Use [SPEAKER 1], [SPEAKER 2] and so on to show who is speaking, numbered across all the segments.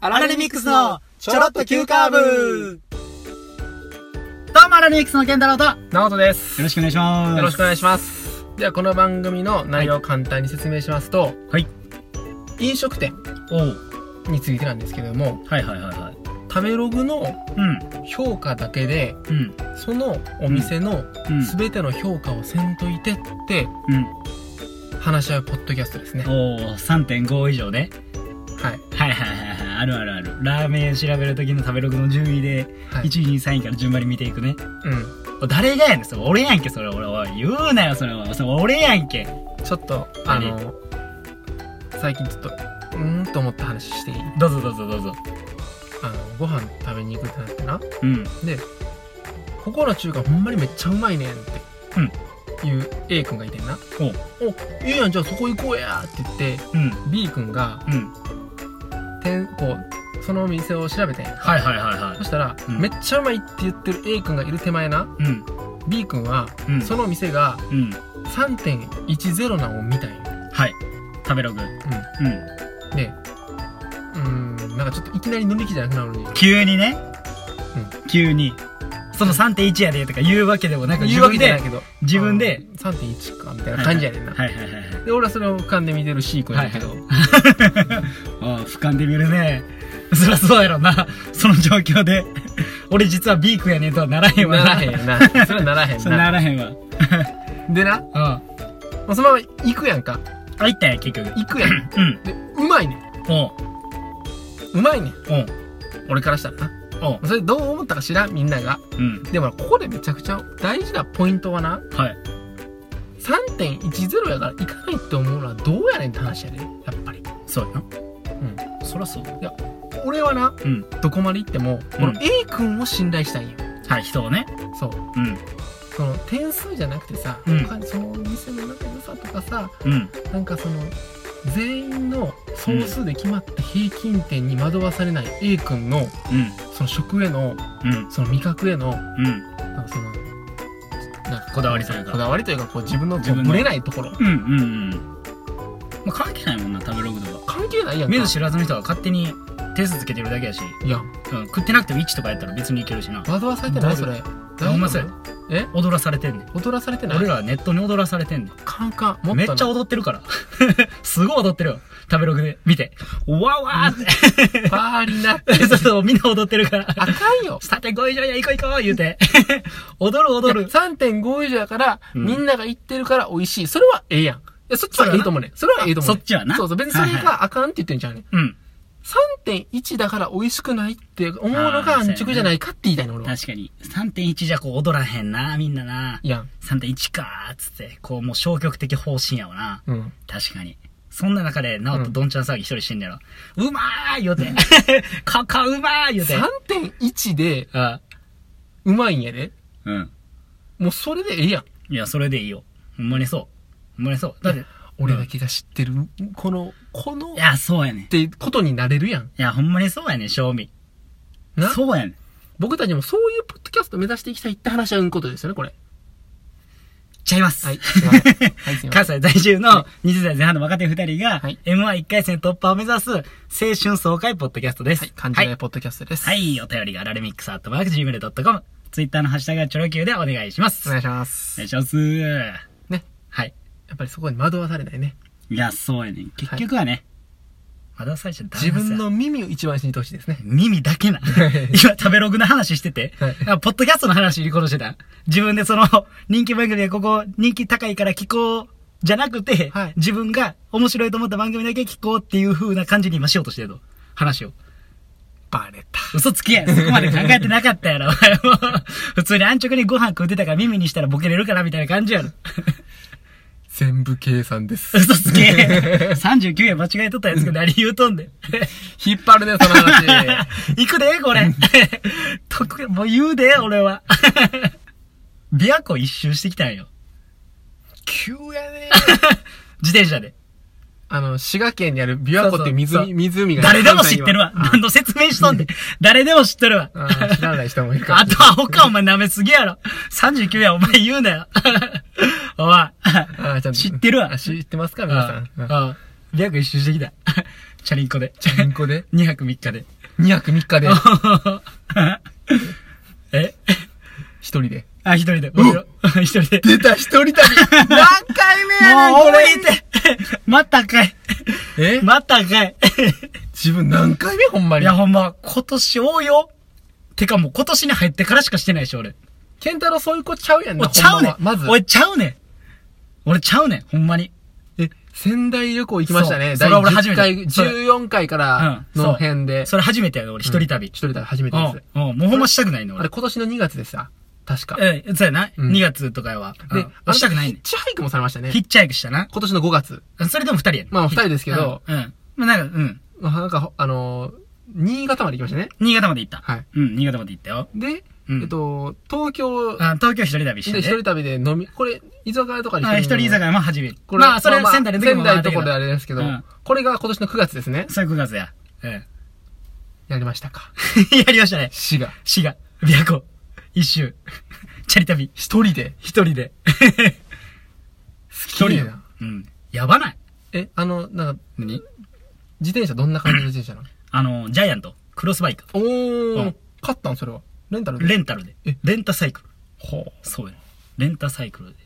[SPEAKER 1] ア
[SPEAKER 2] アラレミックスのちょろっと急カーブ
[SPEAKER 1] どうもアラレミックスのケンタロウとよ
[SPEAKER 3] ナオトです。
[SPEAKER 2] ろしくお願いします。
[SPEAKER 3] よろしくお願いします。では、この番組の内容を簡単に説明しますと、
[SPEAKER 2] はい
[SPEAKER 3] 飲食店
[SPEAKER 2] おう
[SPEAKER 3] についてなんですけども、
[SPEAKER 2] はいはいはいはい。
[SPEAKER 3] 食べログの
[SPEAKER 2] うん、
[SPEAKER 3] 評価だけで、
[SPEAKER 2] うん、
[SPEAKER 3] そのお店の
[SPEAKER 2] うん、
[SPEAKER 3] 全ての評価をせんといてって話し合うポッドキャストですね。は
[SPEAKER 2] うん。おう3.5以上ね。
[SPEAKER 3] い。
[SPEAKER 2] はいはいはいはい。あるあるある。ラーメン調べる時の食べログの順位で、
[SPEAKER 3] はい。
[SPEAKER 2] 1位、2位、3位から順番に見ていくね。
[SPEAKER 3] うん。
[SPEAKER 2] お誰がやねん、それ俺やんけ、それ。俺、おい、言うなよ、それは。それ俺やんけ。
[SPEAKER 3] ちょっと、あ
[SPEAKER 2] 何
[SPEAKER 3] の、最近ちょっと、うーんと思った話していい
[SPEAKER 2] どうぞどうぞどうぞ。
[SPEAKER 3] あの、ご飯食べに行くってなってな、
[SPEAKER 2] うん。
[SPEAKER 3] ここの中華ほんまにめっちゃうまいねんって、いう A 君がいてんな
[SPEAKER 2] お
[SPEAKER 3] おいいやんじゃあそこ行こうやって言って
[SPEAKER 2] うん、
[SPEAKER 3] B 君が
[SPEAKER 2] うん。
[SPEAKER 3] てんこうそのお店を調べてん
[SPEAKER 2] はいはいはいは
[SPEAKER 3] そしたら、
[SPEAKER 2] うん。
[SPEAKER 3] めっちゃうまいって言ってる A 君がいる手前ない
[SPEAKER 2] うん、
[SPEAKER 3] B 君は、
[SPEAKER 2] うん、
[SPEAKER 3] そのお店が
[SPEAKER 2] うん。
[SPEAKER 3] 3.10なのを見たんよ
[SPEAKER 2] はい。食べログ。うんうん。
[SPEAKER 3] でうーんなんかちょっといきなり飲み気じゃなくなるのに
[SPEAKER 2] 急にね。急に。その3.1やでとか言うわけでもなく、
[SPEAKER 3] 言うわけじゃないけど
[SPEAKER 2] 自分で。
[SPEAKER 3] あー3.1かみたいな感じやねんな、
[SPEAKER 2] はいはいはいはい。
[SPEAKER 3] で俺はそれを俯瞰で見てる C 君やけど、
[SPEAKER 2] はいああ、俯瞰で見るね。そりゃそうやろな。その状況で。俺実は B 君やねんとはならへんわ
[SPEAKER 3] ならへんよな。それはならへ ん
[SPEAKER 2] それな
[SPEAKER 3] な。
[SPEAKER 2] らへんわ。うん。
[SPEAKER 3] でな、
[SPEAKER 2] あ、
[SPEAKER 3] まあそのまま行くやんか。
[SPEAKER 2] 行ったんや、結局。
[SPEAKER 3] 行くやん。
[SPEAKER 2] うん。
[SPEAKER 3] で、うまいねん。
[SPEAKER 2] おう、
[SPEAKER 3] うまいねん。
[SPEAKER 2] おう、
[SPEAKER 3] 俺からしたらな。
[SPEAKER 2] おう。
[SPEAKER 3] それどう思ったか知らん、みんなが。
[SPEAKER 2] うん。
[SPEAKER 3] でもなここでめちゃくちゃ大事なポイントはな、
[SPEAKER 2] はい。
[SPEAKER 3] 3.10やから行かないって思うのはどうやねんって話やで、やっぱり。
[SPEAKER 2] そうやな。うん。そりゃそう。
[SPEAKER 3] 俺はな、
[SPEAKER 2] うん
[SPEAKER 3] どこまで行っても、こ
[SPEAKER 2] うん
[SPEAKER 3] の A 君を信頼したいんよ。
[SPEAKER 2] はい、人をね。
[SPEAKER 3] そう。
[SPEAKER 2] うん。
[SPEAKER 3] その点数じゃなくてさ、
[SPEAKER 2] うん
[SPEAKER 3] 他にそのお店の仲良さとかさ、
[SPEAKER 2] うん。
[SPEAKER 3] なんかその全員の総数で決まった平均点に惑わされない A 君の
[SPEAKER 2] うん。
[SPEAKER 3] その食への
[SPEAKER 2] うん。
[SPEAKER 3] その味覚への
[SPEAKER 2] うん。
[SPEAKER 3] なんかそのなんか
[SPEAKER 2] こだわりというか
[SPEAKER 3] こだわりというかこう自分の
[SPEAKER 2] 自分の
[SPEAKER 3] ぶれないところ
[SPEAKER 2] うん。うん。うん。まあ、関係ないもんな、食べログとか。
[SPEAKER 3] 関係ないやんか
[SPEAKER 2] 見ず知らずの人が勝手に点数つけてるだけやし、
[SPEAKER 3] いや
[SPEAKER 2] うん、食ってなくても1とかやったら別にいけるしな。
[SPEAKER 3] 惑わされて
[SPEAKER 2] だ
[SPEAKER 3] ない
[SPEAKER 2] い
[SPEAKER 3] そ
[SPEAKER 2] ぶ
[SPEAKER 3] れ
[SPEAKER 2] ほんまそうや
[SPEAKER 3] え
[SPEAKER 2] 踊らされてんねん。
[SPEAKER 3] 踊らされてない
[SPEAKER 2] 俺らはネットに踊らされてんねん。
[SPEAKER 3] カンカンもっと
[SPEAKER 2] めっちゃ踊ってるから。 すごい踊ってるよ。食べログで。見て。わわーっ
[SPEAKER 3] パーリーになって
[SPEAKER 2] て。 そうそう、みんな踊ってるから。
[SPEAKER 3] あかんよ
[SPEAKER 2] さて、5以上や、行こう行こう言うて。 踊る踊
[SPEAKER 3] いや
[SPEAKER 2] る。
[SPEAKER 3] 3.5以上やから、
[SPEAKER 2] うん
[SPEAKER 3] みんなが言ってるから美味しいそれはええやんいやそっちはええと思うねんそれはええと思うねん
[SPEAKER 2] そっちはな
[SPEAKER 3] そうそう別にそれ
[SPEAKER 2] はいは
[SPEAKER 3] があかんって言ってんじゃんねん
[SPEAKER 2] うん。
[SPEAKER 3] 3.1だから美味しくないって思うのが安直じゃないかって言いたいの俺は。
[SPEAKER 2] 確かに。3.1じゃこう踊らへんな、みんなな。
[SPEAKER 3] いや、
[SPEAKER 2] 3.1かーっつって、こうもう消極的方針やわな。
[SPEAKER 3] うん。
[SPEAKER 2] 確かに。そんな中で、なお
[SPEAKER 3] う
[SPEAKER 2] と
[SPEAKER 3] ん
[SPEAKER 2] どんちゃん騒ぎ一人してんだろ。うまーい言う て。カカうまーい言うて。
[SPEAKER 3] 3.1で
[SPEAKER 2] あ
[SPEAKER 3] うまいんやで。
[SPEAKER 2] うん。
[SPEAKER 3] もうそれでええやん。
[SPEAKER 2] いや、それでいいよ。ほんまにそう。ほんまにそう。だって、
[SPEAKER 3] 俺だけが知ってる、この、この、
[SPEAKER 2] い
[SPEAKER 3] っ
[SPEAKER 2] や、そうやねん。
[SPEAKER 3] てことになれるやん。
[SPEAKER 2] いや、ほんまにそうやねん、賞味。
[SPEAKER 3] な
[SPEAKER 2] そうやねん。
[SPEAKER 3] 僕たちもそういうポッドキャスト目指していきたいって話し合うことですよね、これ。
[SPEAKER 2] ちゃいます。
[SPEAKER 3] はい。 すいませんはい、すいません
[SPEAKER 2] 関。西在住の20代前半の若手2人が、
[SPEAKER 3] はい
[SPEAKER 2] M11 回戦突破を目指す青春爽快ポッドキャストです。
[SPEAKER 3] はい、感じないポッドキャストです。
[SPEAKER 2] は。い、お便りがラレミックスアットマーク Gmail.com。ツイッターのハッシュタグはチョロ Q でお願いします。お
[SPEAKER 3] お願いします
[SPEAKER 2] 願。いします。
[SPEAKER 3] ね。
[SPEAKER 2] はい。
[SPEAKER 3] やっぱりそこに惑わされないね。
[SPEAKER 2] いや、そうやねん。結局はね、まだ最初
[SPEAKER 3] 自分の耳を一番しにいてほしいですね。
[SPEAKER 2] 耳だけな。今、食べログの話してて、
[SPEAKER 3] はい
[SPEAKER 2] あポッドキャストの話、このしてた。自分でその、人気番組でここ、人気高いから聞こう、じゃなくて、
[SPEAKER 3] はい
[SPEAKER 2] 自分が面白いと思った番組だけ聞こうっていう風な感じに今しようとしてると。話を。
[SPEAKER 3] バレた。
[SPEAKER 2] 嘘つきや。そこまで考えてなかったやろ。お 前も普通に安直にご飯食うてたから耳にしたらボケれるからみたいな感じやろ。
[SPEAKER 3] 全部計算です。
[SPEAKER 2] 嘘つけ。39円間違 えとったやつが何言うとんで。
[SPEAKER 3] 引っ張るね、その 話。
[SPEAKER 2] 行くで、これ。とくもう言うで、俺は。 琵琶湖一周してきたんよ。
[SPEAKER 3] 急やね。
[SPEAKER 2] 自転車で。
[SPEAKER 3] あの、滋賀県にある琵琶湖っていう
[SPEAKER 2] そうそうそ
[SPEAKER 3] 湖、
[SPEAKER 2] う
[SPEAKER 3] 湖が
[SPEAKER 2] 誰でも知ってるわ。
[SPEAKER 3] あ
[SPEAKER 2] 何度説明しとん で。誰でも知っとるわ。
[SPEAKER 3] あー知らない人もいるか ら。
[SPEAKER 2] あとアホか、お前舐めすぎやろ。39や、お前言うなよ。 おい。
[SPEAKER 3] あーちゃんと
[SPEAKER 2] 知ってるわ
[SPEAKER 3] あ知ってますか、皆さ
[SPEAKER 2] あ
[SPEAKER 3] ん。
[SPEAKER 2] あ、琵琶湖一周してきた。チャリンコで。
[SPEAKER 3] チャリンコで。
[SPEAKER 2] 2泊3日で。
[SPEAKER 3] 2泊3日で、
[SPEAKER 2] え
[SPEAKER 3] 一人で。
[SPEAKER 2] あ、一人で。もちろん 一人で。
[SPEAKER 3] 出た、一 人旅何回目やねん、
[SPEAKER 2] もう
[SPEAKER 3] こ
[SPEAKER 2] 覚
[SPEAKER 3] れ
[SPEAKER 2] えて またかい。
[SPEAKER 3] え
[SPEAKER 2] またかい。
[SPEAKER 3] 自分何回目ほんま
[SPEAKER 2] い
[SPEAKER 3] に
[SPEAKER 2] や、。ほんま、今年多いよ。てかもう今年に入ってからしかしてないでしょ、俺。
[SPEAKER 3] ケンタロウそういう子ちゃうやんな。
[SPEAKER 2] 俺ちゃうねん
[SPEAKER 3] ほ。んまはまず。
[SPEAKER 2] 俺ちゃうねん。俺ちゃうねん、ほんまに。
[SPEAKER 3] え、仙台旅行行きましたね。
[SPEAKER 2] そうそれは俺初めて
[SPEAKER 3] 第10回14回か
[SPEAKER 2] うん
[SPEAKER 3] ら。
[SPEAKER 2] そう
[SPEAKER 3] の辺で。
[SPEAKER 2] それ初めてやで、俺一人旅。
[SPEAKER 3] 一人旅初めて
[SPEAKER 2] う
[SPEAKER 3] です。
[SPEAKER 2] ん。うん。もうほんましたくないの、
[SPEAKER 3] あ
[SPEAKER 2] 俺
[SPEAKER 3] れ。今年の2月でした。確か。
[SPEAKER 2] ええ、そうやな。
[SPEAKER 3] うん
[SPEAKER 2] 2月とかは。
[SPEAKER 3] で、
[SPEAKER 2] うん。したくない
[SPEAKER 3] ヒ
[SPEAKER 2] ね
[SPEAKER 3] ッチハイクもされました
[SPEAKER 2] ん。
[SPEAKER 3] ね
[SPEAKER 2] ヒ。ッチハイクしたな。
[SPEAKER 3] 今年の5月。
[SPEAKER 2] それでも二人やね
[SPEAKER 3] まあ二人ですけど。
[SPEAKER 2] うん。うんまあなんか、うん。
[SPEAKER 3] まあなんか、あのー、新潟まで行きましたね。
[SPEAKER 2] 新潟まで行った。
[SPEAKER 3] はい。
[SPEAKER 2] うん、新潟まで行ったよ。
[SPEAKER 3] で、
[SPEAKER 2] うん
[SPEAKER 3] えっと、東京で
[SPEAKER 2] あ東京一人旅して
[SPEAKER 3] 一人旅で飲み、これ、居酒屋とかに
[SPEAKER 2] あ、一人居酒
[SPEAKER 3] 屋。
[SPEAKER 2] 屋も初めて。
[SPEAKER 3] これ、
[SPEAKER 2] まあ、それ仙台の時も
[SPEAKER 3] 仙台のと
[SPEAKER 2] 回
[SPEAKER 3] こ
[SPEAKER 2] っ
[SPEAKER 3] ろ
[SPEAKER 2] たけど
[SPEAKER 3] であれですけど
[SPEAKER 2] うん、
[SPEAKER 3] これが今年の9月ですね。
[SPEAKER 2] そういう9月や。え
[SPEAKER 3] やりましたか。
[SPEAKER 2] え。 やりましたね。
[SPEAKER 3] 市が。
[SPEAKER 2] 滋賀、琵琶湖、一周。 チャリ旅。
[SPEAKER 3] 一人で。
[SPEAKER 2] 一人 で。一
[SPEAKER 3] 綺
[SPEAKER 2] 人
[SPEAKER 3] 麗
[SPEAKER 2] よ
[SPEAKER 3] な。
[SPEAKER 2] うん。やばない。
[SPEAKER 3] え、あの、なんか、
[SPEAKER 2] 何
[SPEAKER 3] 自転車どんな感 じの自転車なの
[SPEAKER 2] あの、ジャイアント、クロスバイク。
[SPEAKER 3] お
[SPEAKER 2] う
[SPEAKER 3] ー
[SPEAKER 2] ん。
[SPEAKER 3] 買ったんそれは。レンタルで。
[SPEAKER 2] レンタルで
[SPEAKER 3] え。
[SPEAKER 2] レンタサイクル。
[SPEAKER 3] ほう。
[SPEAKER 2] そうやね。レンタサイクルで。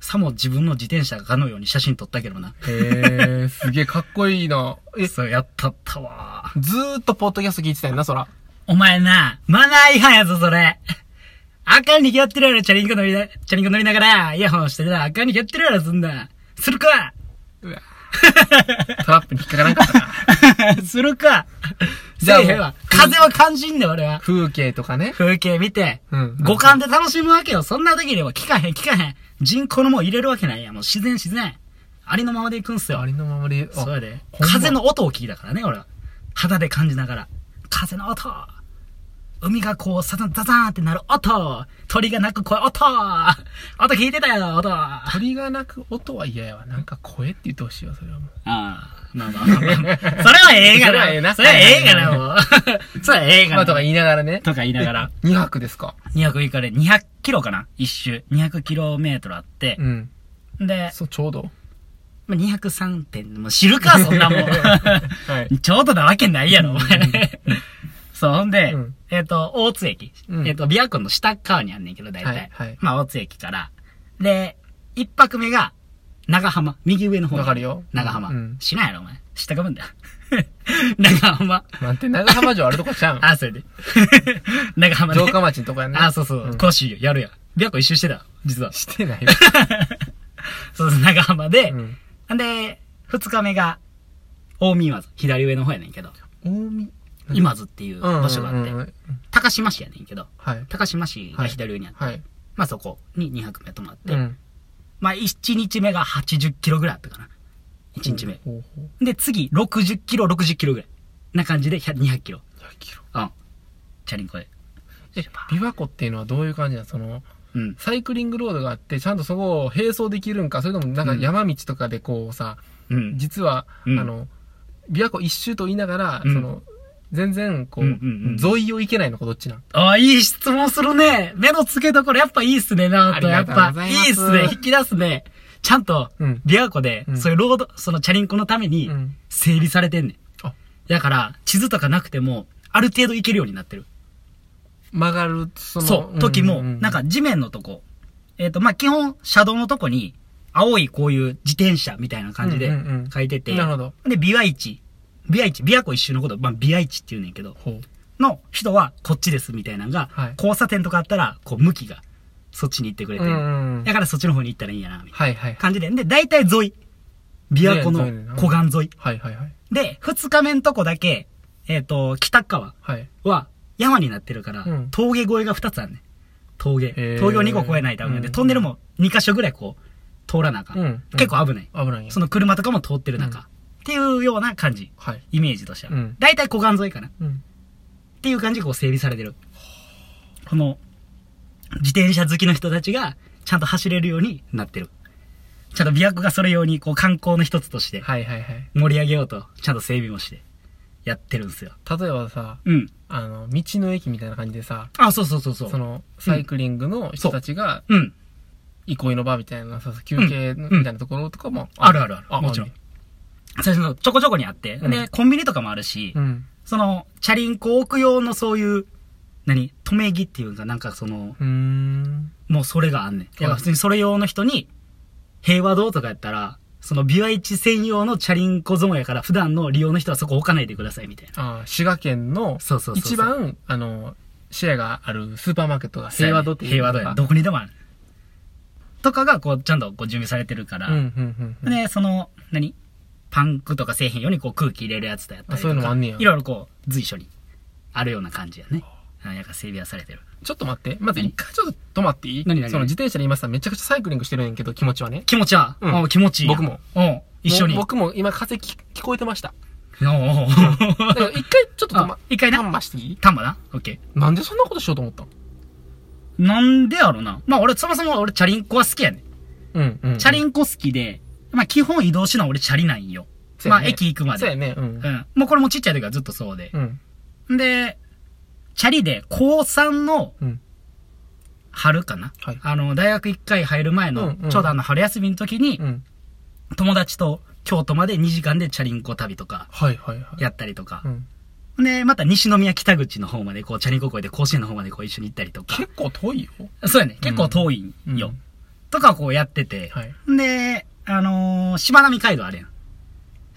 [SPEAKER 2] さも自分の自転車かのように写真撮ったけどな。
[SPEAKER 3] へえ、すげえかっこいいな。え、
[SPEAKER 2] そう、やったったわー。
[SPEAKER 3] ずーっとポッドキャスト聞いてたよな、そら。
[SPEAKER 2] お前な、マナー違反やぞ、それ。あかんに決まってるやろ、チャリンコ乗りな、チャリンコ乗りながら、イヤホンしてな、あかんに決まってるやろ、そんな。する か
[SPEAKER 3] うわトラップに引っかからんか ったな。
[SPEAKER 2] するか
[SPEAKER 3] じゃあもう
[SPEAKER 2] せえへんわ。風を感じんねん、俺は。
[SPEAKER 3] 風景とかね。
[SPEAKER 2] 風景見て、
[SPEAKER 3] うん
[SPEAKER 2] 五感で楽しむわけよ。そんな時には聞かへん、聞かへん。人工のもん入れるわけないやん。もう自然、自然。ありのままで行くんすよ
[SPEAKER 3] あ。りのままで。あ
[SPEAKER 2] そうやで。
[SPEAKER 3] ほんま
[SPEAKER 2] 風の音を聞いたからね、俺は。肌で感じながら。風の音海がこう、サザン、ザザーンってなる音鳥が鳴く声、音音聞いてたよ、音あ
[SPEAKER 3] 鳥が鳴く音は嫌やわ。なんか声って言ってほしいわ、それはもう。
[SPEAKER 2] あ、まあまあまあまあ。それはええがな。
[SPEAKER 3] それはええな
[SPEAKER 2] それはええがな、もう。そ れはええが
[SPEAKER 3] ま
[SPEAKER 2] な。
[SPEAKER 3] あとか言いながらね。
[SPEAKER 2] とか言いなが ら。
[SPEAKER 3] 2泊ですか。
[SPEAKER 2] 200以下で200キロかな一周。200キロメートルあって
[SPEAKER 3] う。ん。
[SPEAKER 2] で、
[SPEAKER 3] そう、ちょうど。
[SPEAKER 2] まあ203点、もう知るか、そん なもん。
[SPEAKER 3] はい。
[SPEAKER 2] ちょうどなわけないやろ、お前。 そう、ほんで、
[SPEAKER 3] うん
[SPEAKER 2] えっ、と、大津駅。
[SPEAKER 3] うん
[SPEAKER 2] えっ、と、琵琶湖の下側にあんねんけど、大体。
[SPEAKER 3] はいはい
[SPEAKER 2] まあ、大津駅から。で、一泊目が、長浜。右上の方に
[SPEAKER 3] わかるよ
[SPEAKER 2] 長浜。
[SPEAKER 3] うん
[SPEAKER 2] しないやろ、お前。下がぶんだよ。 長浜。
[SPEAKER 3] なんて、長浜城あるとこちゃうん。
[SPEAKER 2] あ、それで。長浜ね。
[SPEAKER 3] 城下町のとこやね。
[SPEAKER 2] あ、そうそう。
[SPEAKER 3] ん
[SPEAKER 2] 講習やるやん。琵琶湖一周してた、実は。
[SPEAKER 3] し てないよ。
[SPEAKER 2] そうそう、長浜で。
[SPEAKER 3] うん。
[SPEAKER 2] ん、で、二日目が、大見ず左上の方やねんけど、
[SPEAKER 3] 大見。
[SPEAKER 2] 今津っていう場所があって。
[SPEAKER 3] うんうんうん
[SPEAKER 2] 高島市やねんけど、
[SPEAKER 3] はい。
[SPEAKER 2] 高島市が左上にあって、
[SPEAKER 3] はい。
[SPEAKER 2] まあそこに2泊目泊まって、
[SPEAKER 3] うん。
[SPEAKER 2] まあ1日目が80キロぐらいあったかな。1日目。
[SPEAKER 3] ほうほう。
[SPEAKER 2] で、次60キロ、60キロぐらい。な感じで100 200キロ。
[SPEAKER 3] 100キロ。
[SPEAKER 2] うん。チャリンコで。
[SPEAKER 3] え、琵琶湖っていうのはどういう感じなのその、
[SPEAKER 2] うん。
[SPEAKER 3] サイクリングロードがあって、ちゃんとそこを並走できるんか、それともなんか山道とかでこうさ、
[SPEAKER 2] うん。
[SPEAKER 3] 実は、
[SPEAKER 2] うん
[SPEAKER 3] あの、琵琶湖一周と言いながら、
[SPEAKER 2] うん
[SPEAKER 3] その、全然こう、
[SPEAKER 2] うんうんうん
[SPEAKER 3] 沿いを行けないのか、どっちなん
[SPEAKER 2] ああ、いい質問するね。目の付けどころやっぱいいっすね、なおと。
[SPEAKER 3] あ
[SPEAKER 2] やっ
[SPEAKER 3] りがとう
[SPEAKER 2] ぱ
[SPEAKER 3] ござい
[SPEAKER 2] い
[SPEAKER 3] ます
[SPEAKER 2] いっすね。引き出すね。ちゃんと、
[SPEAKER 3] うん
[SPEAKER 2] 琵琶湖で、
[SPEAKER 3] うん
[SPEAKER 2] そういうロード、そのチャリンコのために
[SPEAKER 3] うん、
[SPEAKER 2] 整備されてんねん。
[SPEAKER 3] あ
[SPEAKER 2] だから、地図とかなくても、ある程度行けるようになってる。
[SPEAKER 3] 曲がる、その、
[SPEAKER 2] そう、時も、なんか、地面のとこ、えっ、と、まあ、基本、車道のとこに、青いこういう自転車みたいな感じで
[SPEAKER 3] うんうんうん
[SPEAKER 2] 書いてて、
[SPEAKER 3] なるほど
[SPEAKER 2] で、琵琶市、琵琶市、琵琶湖一周のこと、まあ、琵琶市って言うねんけど、
[SPEAKER 3] ほう。
[SPEAKER 2] の人はこっちですみたいなのが、
[SPEAKER 3] はい
[SPEAKER 2] 交差点とかあったら、こう、向きが、そっちに行ってくれて、
[SPEAKER 3] うんうんうん
[SPEAKER 2] だからそっちの方に行ったらいいんやな、みたい
[SPEAKER 3] はいはい
[SPEAKER 2] な。感じで、で、大体沿い、琵琶湖の
[SPEAKER 3] ね沿いねうん
[SPEAKER 2] 湖岸沿い。
[SPEAKER 3] はいはいはい。
[SPEAKER 2] で、二日目のとこだけ、えっ、と、北川。
[SPEAKER 3] はい。
[SPEAKER 2] は山になってるから、
[SPEAKER 3] うん
[SPEAKER 2] 峠越えが2つあるねん峠
[SPEAKER 3] へー
[SPEAKER 2] 峠を2個越えないと危ないで、
[SPEAKER 3] うん
[SPEAKER 2] トンネルも2箇所ぐらいこう通らなあかん、
[SPEAKER 3] うん
[SPEAKER 2] 結構危ない、
[SPEAKER 3] 危ないんや。
[SPEAKER 2] その車とかも通ってる中、
[SPEAKER 3] うん
[SPEAKER 2] っていうような感じ
[SPEAKER 3] はい。
[SPEAKER 2] イメージとしては、
[SPEAKER 3] うん
[SPEAKER 2] 大体湖岸沿いかなっ
[SPEAKER 3] うん。
[SPEAKER 2] ていう感じでこう整備されてるこの自転車好きの人たちがちゃんと走れるようになってるちゃんと琵琶湖がそれ用にこう観光の一つとして
[SPEAKER 3] はいはいはい。
[SPEAKER 2] 盛り上げようとちゃんと整備もしてやってるんですよ
[SPEAKER 3] 例えばさ、
[SPEAKER 2] うん
[SPEAKER 3] あの、道の駅みたいな感じでさ、
[SPEAKER 2] あそうそうそうそう
[SPEAKER 3] その、サイクリングの人たちが、
[SPEAKER 2] うん
[SPEAKER 3] 憩いの場みたいな、そうそう休憩みたいなところとかも、
[SPEAKER 2] あるあるある。も
[SPEAKER 3] も
[SPEAKER 2] ち
[SPEAKER 3] ち
[SPEAKER 2] ろ
[SPEAKER 3] ろ
[SPEAKER 2] ん
[SPEAKER 3] ん。。
[SPEAKER 2] 最初のちょこちょこにあって、
[SPEAKER 3] うん
[SPEAKER 2] で、コンビニとかもあるし、
[SPEAKER 3] ん。
[SPEAKER 2] その、チャリンコ置く用のそういう、何止め木っていうか、なんかその、
[SPEAKER 3] うーん。
[SPEAKER 2] もうそれがあんねん。やっぱ
[SPEAKER 3] はい
[SPEAKER 2] 普通にそれ用の人に、平和堂とかやったら、その、ビワイチ専用のチャリンコゾーンやから、普段の利用の人はそこ置かないでください、みたいな。
[SPEAKER 3] ああ、滋賀県の、
[SPEAKER 2] そうそうそうそう
[SPEAKER 3] 一番、あの、シェアがあるスーパーマーケットが平和堂っていう。
[SPEAKER 2] 平和堂やねんどこにでもある。とかが、こう、ちゃんとこう準備されてるから、
[SPEAKER 3] うん、うん、うん。
[SPEAKER 2] で、その、何パンクとか製品よりこう空気入れるやつだやったりとか。
[SPEAKER 3] あそういうのもあんねや
[SPEAKER 2] いろいろこう、随所に、あるような感じやね。あやっぱ整備はされてる。
[SPEAKER 3] ちょっと待って。まず一回ちょっと止まっていい
[SPEAKER 2] 何何
[SPEAKER 3] その自転車で今さ、めちゃくちゃサイクリングしてるんやけど、気持ちはね。
[SPEAKER 2] 気持ちは、
[SPEAKER 3] うん
[SPEAKER 2] お気持ちいいやん。
[SPEAKER 3] 僕も
[SPEAKER 2] うん。一緒に。
[SPEAKER 3] もう僕も今風聞聞こえてました。
[SPEAKER 2] おうおうおう
[SPEAKER 3] だ から一回ちょっと止ま
[SPEAKER 2] あ、一回な
[SPEAKER 3] タンマしていい
[SPEAKER 2] タンバなオッケ
[SPEAKER 3] なんでそんなことしようと思ったん
[SPEAKER 2] ー。なんでやろな。まあ俺、そもそも俺、チャリンコは好きやね、。
[SPEAKER 3] うん、うん
[SPEAKER 2] チャリンコ好きで、まあ基本移動しな俺、チャリなんよ。
[SPEAKER 3] そう
[SPEAKER 2] まあ
[SPEAKER 3] やね
[SPEAKER 2] 駅行くま
[SPEAKER 3] そう
[SPEAKER 2] で。
[SPEAKER 3] やね。うん
[SPEAKER 2] う。ん。もうこれもちっちゃい時からずっとそうで。
[SPEAKER 3] うん。
[SPEAKER 2] で、チャリで、高3の
[SPEAKER 3] うん。
[SPEAKER 2] 春かな、
[SPEAKER 3] はい
[SPEAKER 2] あの、大学1回入る前
[SPEAKER 3] うん
[SPEAKER 2] の
[SPEAKER 3] うん、
[SPEAKER 2] 長男の春休みの時に
[SPEAKER 3] う、ん。
[SPEAKER 2] 友達と京都まで2時間でチャリンコ旅とか、
[SPEAKER 3] はいはいはい。
[SPEAKER 2] やったりとか
[SPEAKER 3] う。ん。
[SPEAKER 2] で、また西宮北口の方まで、こう、チャリンコ越えて甲子園の方までこう一緒に行ったりとか。
[SPEAKER 3] 結構遠いよ。
[SPEAKER 2] そうやね。結構遠いんよ。
[SPEAKER 3] うん
[SPEAKER 2] とかこうやってて。
[SPEAKER 3] はい。
[SPEAKER 2] で、あのー、しまなみ海道あるやん。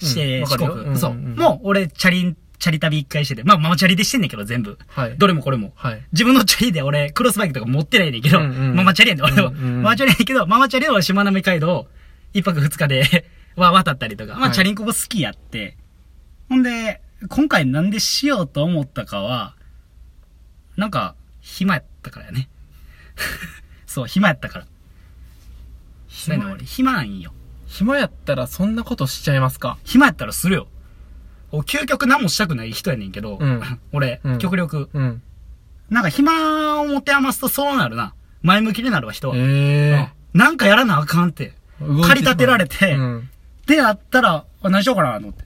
[SPEAKER 2] して、
[SPEAKER 3] うんわ
[SPEAKER 2] 四
[SPEAKER 3] かる
[SPEAKER 2] 国
[SPEAKER 3] よ、うんうんうん
[SPEAKER 2] そう。もう、俺、チャリン、チャリ旅一回してて。まあ、ママチャリでしてんねんけど、全部。
[SPEAKER 3] はい。
[SPEAKER 2] どれもこれも。
[SPEAKER 3] はい。
[SPEAKER 2] 自分のチャリで俺、クロスバイクとか持ってないねんけど、
[SPEAKER 3] うんうん
[SPEAKER 2] ママチャリやねん、俺は。
[SPEAKER 3] うんうん
[SPEAKER 2] ママチャリやねんけど、ママチャリで俺、しまなみ海道を、一泊二日で、 は渡ったりとか、ま
[SPEAKER 3] は
[SPEAKER 2] あ、
[SPEAKER 3] い
[SPEAKER 2] チャリンコも好きやって。ほんで、今回なんでしようと思ったかは、なんか、暇やったからやね。 そう、暇やったから。そうやねん俺、暇なんよ。
[SPEAKER 3] 暇やったらそんなことしちゃいますか
[SPEAKER 2] 暇やったらするよ。お究極何もしたくない人やねんけど、
[SPEAKER 3] うん
[SPEAKER 2] 俺、
[SPEAKER 3] うん
[SPEAKER 2] 極力、
[SPEAKER 3] うん。
[SPEAKER 2] なんか暇を持て余すとそうなるな。前向きになるわ、人は。
[SPEAKER 3] え
[SPEAKER 2] うんなんかやらなあかんって。
[SPEAKER 3] え動いてしまう
[SPEAKER 2] 駆り立てられて
[SPEAKER 3] うん。
[SPEAKER 2] で、あったら、あ何しようかなと思って。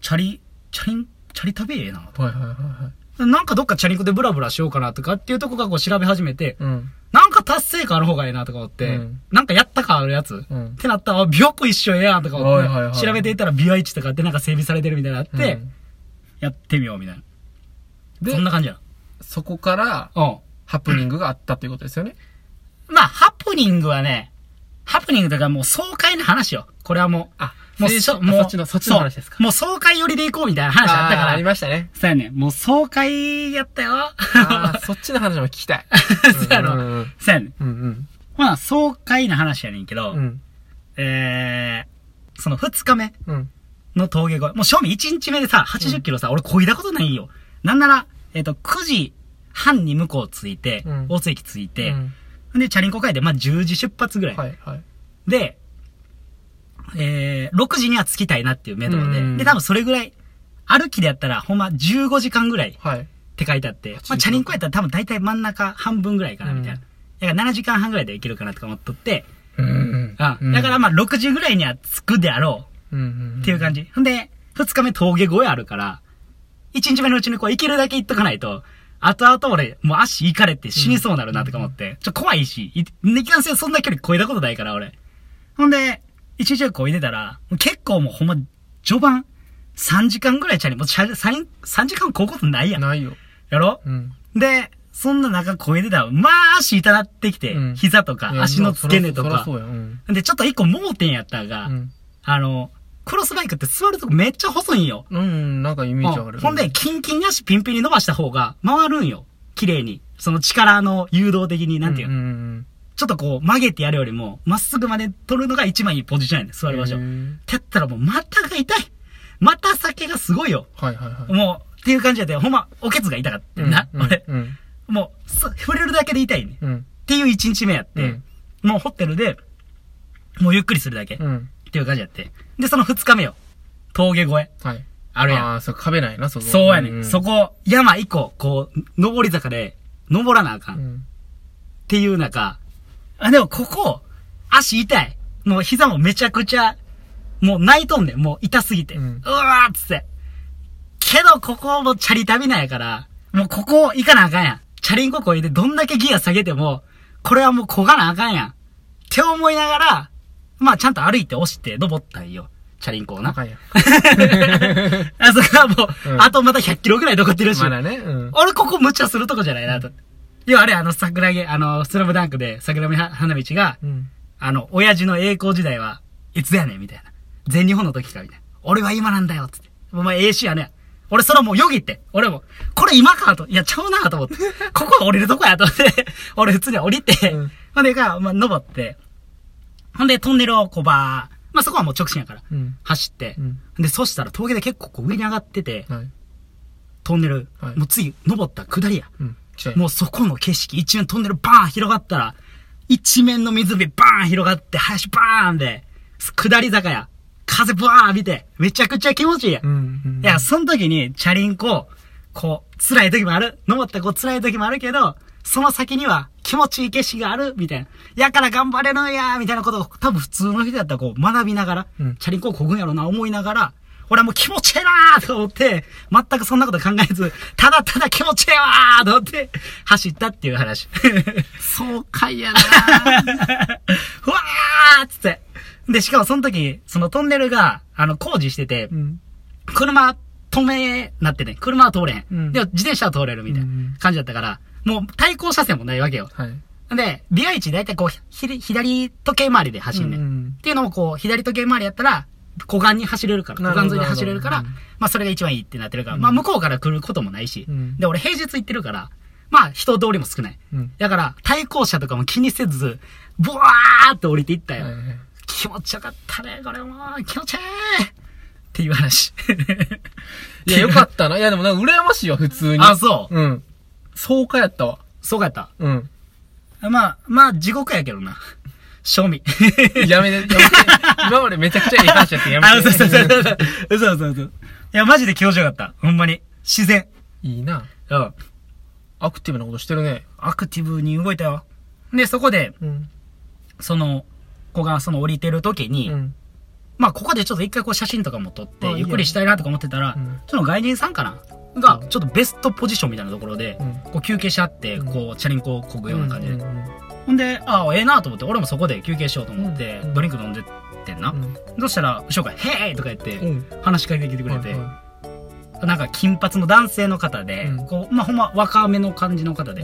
[SPEAKER 2] チャリ、チャリン、チャリ旅ええな
[SPEAKER 3] はいはいはいはい。
[SPEAKER 2] と。なんかどっかチャリンコでブラブラしようかなとかっていうとこがこう調べ始めて、
[SPEAKER 3] うん。
[SPEAKER 2] なんか達成感ある方がええなとか思って、
[SPEAKER 3] うん
[SPEAKER 2] なんかやったかあるやつ、
[SPEAKER 3] うん
[SPEAKER 2] ってなったら、あ琵琶湖一緒ええやんとか思って、
[SPEAKER 3] はいはいはい
[SPEAKER 2] 調べていったら琵琶市とかってなんか整備されてるみたいなのあって、
[SPEAKER 3] うん
[SPEAKER 2] やってみようみたいな。
[SPEAKER 3] で
[SPEAKER 2] そんな感じや
[SPEAKER 3] そこから、
[SPEAKER 2] な。うん。
[SPEAKER 3] ハプニングがあったということですよね。
[SPEAKER 2] まあ、ハプニングはね、ハプニングというかもう爽快な話よ。これはもう。
[SPEAKER 3] あ
[SPEAKER 2] もう
[SPEAKER 3] そ
[SPEAKER 2] もう
[SPEAKER 3] そっちの、そっちの話ですか。
[SPEAKER 2] そうもう爽快寄りで行こうみたいな話あったか
[SPEAKER 3] ーあ
[SPEAKER 2] ら
[SPEAKER 3] り。ました ね。
[SPEAKER 2] そうやね。もう爽快やったよ。
[SPEAKER 3] ああ、そっちの話も聞きた い。
[SPEAKER 2] そうやろ
[SPEAKER 3] うんうん
[SPEAKER 2] そうやね。
[SPEAKER 3] うん。うん
[SPEAKER 2] ほな、爽快な話やねんけど、
[SPEAKER 3] うん。うん
[SPEAKER 2] えー、その二日目
[SPEAKER 3] うん。
[SPEAKER 2] の峠越え。もう正味一日目でさ、80キロさ、俺こいだことないよ。なんなら、えっ、と、9時半に向こう着いて、
[SPEAKER 3] うん
[SPEAKER 2] 大津駅着いて、
[SPEAKER 3] うん
[SPEAKER 2] で、チャリンコ会で、まあ、10時出発ぐらい。
[SPEAKER 3] はいはい。
[SPEAKER 2] で、えー、6時には着きたいなっていう目処
[SPEAKER 3] う
[SPEAKER 2] で、
[SPEAKER 3] ん
[SPEAKER 2] で、多分それぐらい、歩きでやったら、ほんま15時間ぐらいっ
[SPEAKER 3] はい。
[SPEAKER 2] て書いてあって、ま
[SPEAKER 3] 15
[SPEAKER 2] あ、チャリンコやったら多分大体真ん中半分ぐらいかな、みたいな。だから7時間半ぐらいで行けるかなとか思っとって、
[SPEAKER 3] うん
[SPEAKER 2] あだから、まあ6時ぐらいには着くであろ
[SPEAKER 3] うんうん。
[SPEAKER 2] うっていう感じ。ほんで、2日目峠越えあるから、1日目のうちにこう行けるだけ行っとかないと、後々俺、もう足行かれて死にそうなるなとか思って、ちょ、怖いし、い、ね、きんせんそんな距離超えたことないから、俺。ほんで、一日こう入れたら、もう結構もうほんま、序盤、3時間ぐらいチャリ、もうチャリ、3、3時間こうことないやん。
[SPEAKER 3] ないよ。
[SPEAKER 2] やろ
[SPEAKER 3] うん。
[SPEAKER 2] で、そんな中超えてたら、まあ足痛なってきて、
[SPEAKER 3] うん
[SPEAKER 2] 膝とか足の付け根と
[SPEAKER 3] いや
[SPEAKER 2] か。
[SPEAKER 3] そらそらそうや。うん。
[SPEAKER 2] で、ちょっと一個盲点やったが、
[SPEAKER 3] うん
[SPEAKER 2] あの、クロスバイクって座るとこめっちゃ細いんよ。
[SPEAKER 3] うん、なんかイメージあ
[SPEAKER 2] う
[SPEAKER 3] る。
[SPEAKER 2] んほんで、、キンキンに足ピンピンに伸ばした方が回るんよ。綺麗に。その力の誘導的に、なんていう、
[SPEAKER 3] うんうん
[SPEAKER 2] ちょっとこう曲げてやるよりも、まっすぐまで取るのが一番いいポジションやねん座
[SPEAKER 3] うん。
[SPEAKER 2] る場所。
[SPEAKER 3] へ
[SPEAKER 2] って
[SPEAKER 3] ー
[SPEAKER 2] やったらもう股が痛い。股先がすごいよ。
[SPEAKER 3] はいはいはい。
[SPEAKER 2] もう、っていう感じやで、ほんま、おけつが痛かったな、
[SPEAKER 3] うんうん
[SPEAKER 2] 俺。
[SPEAKER 3] うん。
[SPEAKER 2] もう、そ触れるだけで痛いねん。っ
[SPEAKER 3] うん。
[SPEAKER 2] ていう一日目やって、
[SPEAKER 3] うん
[SPEAKER 2] もうホテルで、もうゆっくりするだけ。
[SPEAKER 3] うん。
[SPEAKER 2] っていう感じやって。で、その二日目よ。峠越え。
[SPEAKER 3] はい。
[SPEAKER 2] あるやん。
[SPEAKER 3] ああ、そう、壁ないな、そこ。
[SPEAKER 2] そうやねん。
[SPEAKER 3] ん
[SPEAKER 2] そこ、山一個、こう、登り坂で、登らなあかん。っ
[SPEAKER 3] うん。
[SPEAKER 2] ていう中、あ、でもここ、足痛い。もう膝もめちゃくちゃ、もう泣いとんねん。もう痛すぎて。う
[SPEAKER 3] うん
[SPEAKER 2] わーっつって。けど、ここもチャリ旅なんやから、もうここ行かなあかんやん。チャリンコ越えてどんだけギア下げても、これはもうこがなあかんやん。って思いながら、まあちゃんと歩いて押して登ったんよ。チャリンコを
[SPEAKER 3] あ
[SPEAKER 2] な。
[SPEAKER 3] かんやん。
[SPEAKER 2] あそこはもう、
[SPEAKER 3] うん
[SPEAKER 2] あとまた100キロぐらい残ってるし。
[SPEAKER 3] まだね。うん。
[SPEAKER 2] 俺ここ無茶するとこじゃないなと。要はあれ、あの、桜木、あの、スラムダンクで桜木花道が、
[SPEAKER 3] うん。
[SPEAKER 2] あの、親父の栄光時代はいつやねんみたいな。全日本の時かみたいな。俺は今なんだよつって。お前 AC やね俺それもうよぎって。俺も、これ今かと。いや、ちゃうなと思って。ここは降りるとこやと思って。俺普通に降りて。
[SPEAKER 3] うん
[SPEAKER 2] ほんでか、まあ、登って。 ほん でトンネルをこうばー。まあ、そこはもう直進やから。
[SPEAKER 3] うん。
[SPEAKER 2] 走って。
[SPEAKER 3] うん。
[SPEAKER 2] で、そしたら峠で結構こう上に上がってて、
[SPEAKER 3] はい。
[SPEAKER 2] トンネル。
[SPEAKER 3] はい
[SPEAKER 2] もう次、登ったら下りや。
[SPEAKER 3] うん。来たよ
[SPEAKER 2] もうそこの景色、一面トンネルバーン広がったら、一面の湖バーン広がって、林バーンで、下り坂や、風ブワー浴びて、めちゃくちゃ気持ちいいや。、
[SPEAKER 3] うんん。うん
[SPEAKER 2] いや、、その時に、チャリンコ、こう、辛い時もある。登ったこう辛い時もあるけど、その先には気持ちいい景色がある、みたいな。やから頑張れるんや、みたいなことを、多分普通の人だったらこう学びながら、
[SPEAKER 3] うん
[SPEAKER 2] チャリンコをこぐんやろうな、思いながら、俺はもう気持ちええなーと思って、全くそんなこと考えず、ただただ気持ちええわーと思って、走ったっていう話。
[SPEAKER 3] 爽快やな
[SPEAKER 2] うわーっつって。で、しかもその時、そのトンネルが、あの、工事してて、
[SPEAKER 3] うん。
[SPEAKER 2] 車止めなってね、車は通れへん。
[SPEAKER 3] うん
[SPEAKER 2] でも自転車は通れるみたいな感じだったから、もう対向車線もないわけよ。
[SPEAKER 3] はい。
[SPEAKER 2] で、ビア市だいたいこう、ひり左時計回りで走んね、。
[SPEAKER 3] うんん
[SPEAKER 2] っていうのもこう、左時計回りやったら、湖岸に走れるから、
[SPEAKER 3] なる
[SPEAKER 2] 湖
[SPEAKER 3] ほ
[SPEAKER 2] 岸
[SPEAKER 3] ど
[SPEAKER 2] 沿いで走れるから、
[SPEAKER 3] なるほど
[SPEAKER 2] まあそれが一番いいってなってるから、
[SPEAKER 3] うん
[SPEAKER 2] まあ向こうから来ることもないし、
[SPEAKER 3] うん
[SPEAKER 2] で、俺平日行ってるから、まあ人通りも少ない。
[SPEAKER 3] うん。
[SPEAKER 2] だから、対向車とかも気にせず、ブワーって降りていったよ。
[SPEAKER 3] はいはい
[SPEAKER 2] 気持ちよかったね、これもう。気持ちいいっていう話。
[SPEAKER 3] いや、よかったな。いや、でもなんか羨ましいわ、普通に。
[SPEAKER 2] あ、そう。
[SPEAKER 3] うん。爽快やったわ。
[SPEAKER 2] そうかやった。
[SPEAKER 3] うん。
[SPEAKER 2] まあ、まあ、地獄やけどな。賞味。
[SPEAKER 3] やめて、やめて。今までめちゃくちゃいい話やってやめて。
[SPEAKER 2] あ、そうそうそうそう。そうそうそうそう。いや、マジで気持ちよかった。ほんまに。自然。
[SPEAKER 3] いいな。
[SPEAKER 2] うん。
[SPEAKER 3] アクティブなことしてるね。
[SPEAKER 2] アクティブに動いたよ。で、そこで、
[SPEAKER 3] うん。
[SPEAKER 2] その、子がその降りてる時に、
[SPEAKER 3] うん。
[SPEAKER 2] まあ、ここでちょっと一回こう写真とかも撮って
[SPEAKER 3] あいい、よ
[SPEAKER 2] ゆっくりしたいなとか思ってたら、
[SPEAKER 3] うん
[SPEAKER 2] その外人さんかなが、ちょっとベストポジションみたいなところで、
[SPEAKER 3] うん
[SPEAKER 2] こう休憩しあって、
[SPEAKER 3] うん
[SPEAKER 2] こう、チャリンコをこぐような感じで。
[SPEAKER 3] うんうん
[SPEAKER 2] ほんで、ああ、ええなと思って、俺もそこで休憩しようと思って、
[SPEAKER 3] うん
[SPEAKER 2] ドリンク飲んでってんな。そしたら、翔海、へーいとか言って、
[SPEAKER 3] うん。
[SPEAKER 2] 話しかけてきてくれて、
[SPEAKER 3] はいは
[SPEAKER 2] なんか金髪の男性の方で、
[SPEAKER 3] うん
[SPEAKER 2] こう、まあ、ほんま若めの感じの方
[SPEAKER 3] い
[SPEAKER 2] で、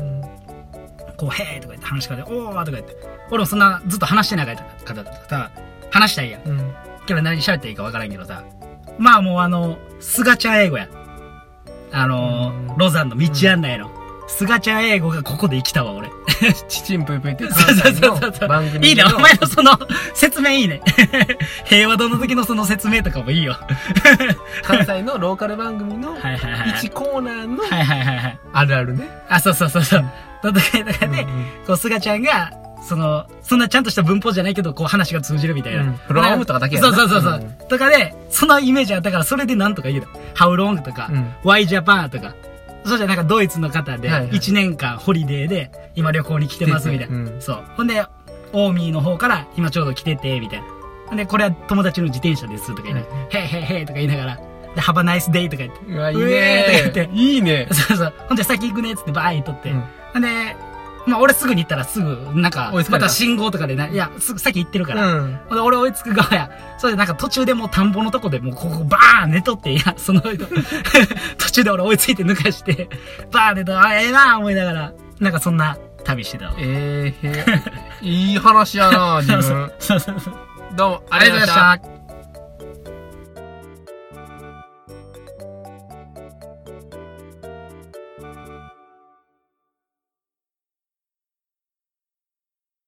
[SPEAKER 2] こう、へーいとか言って話しかけて、おーとか言って、俺もそんなずっと話してない方だったから、話したいやん。
[SPEAKER 3] うん。
[SPEAKER 2] けど何喋っていいかわからんけどさ、まあもうあの、すがちゃん英語や。あのー
[SPEAKER 3] うん
[SPEAKER 2] ロザンの道案内の、すがちゃん英語がここで生きたわ、俺。
[SPEAKER 3] ちちんぷいぷいって
[SPEAKER 2] そうそうそうそう
[SPEAKER 3] 関西の番組の
[SPEAKER 2] いいね、お前のその、説明いいね。 平和堂の時のその説明とかもいいよ。
[SPEAKER 3] 関西のローカル番組の
[SPEAKER 2] はいはいはい。
[SPEAKER 3] 一コーナーの
[SPEAKER 2] はいはいはいはい。
[SPEAKER 3] あるあるね。
[SPEAKER 2] あ、そうそうそうそう。の時とかで、こう、すがちゃんが、その、そんなちゃんとした文法じゃないけど、こう話が通じるみたいな。
[SPEAKER 3] うんフロアムとかだけや
[SPEAKER 2] そ
[SPEAKER 3] な
[SPEAKER 2] うそうそうそう、
[SPEAKER 3] うん
[SPEAKER 2] とかで、そのイメージあったから、それでなんとか言うの。How long? とか、
[SPEAKER 3] うん
[SPEAKER 2] Why Japan? とか。そうじゃなんかドイツの方で
[SPEAKER 3] はいは、い
[SPEAKER 2] 1年間ホリデーで、今旅行に来てますみたいな。
[SPEAKER 3] うんうん
[SPEAKER 2] そう。ほんで、オーミーの方から、今ちょうど来てて、みたいな。ほんで、これは友達の自転車です、とか言いながら、へいへいへいとか言いながら、で、Have a nice day とか言って。
[SPEAKER 3] うわ、いいう
[SPEAKER 2] えー
[SPEAKER 3] ね
[SPEAKER 2] とか言って。
[SPEAKER 3] いいね。
[SPEAKER 2] そうそう。ほんで、先行くねっつって、バーイとって。
[SPEAKER 3] うん
[SPEAKER 2] ほんで、まあ、俺すぐに行ったらすぐ、なんか
[SPEAKER 3] 追いつ、か
[SPEAKER 2] ま
[SPEAKER 3] れた
[SPEAKER 2] た信号とかでな、いや、すぐ先行ってるから。
[SPEAKER 3] うん。
[SPEAKER 2] ほんで、俺追いつく側や。それでなんか途中でもう田んぼのとこでもうここバーン寝とって、いや、その人、 途中で俺追いついて抜かして、バーン寝と、あ、ええな思いながら、なんかそんな旅してたわ。
[SPEAKER 3] えーへー、いい話やな自
[SPEAKER 2] そうそ
[SPEAKER 3] 分
[SPEAKER 2] う。そうそうそう。
[SPEAKER 3] どうも、
[SPEAKER 2] ありがとうございました。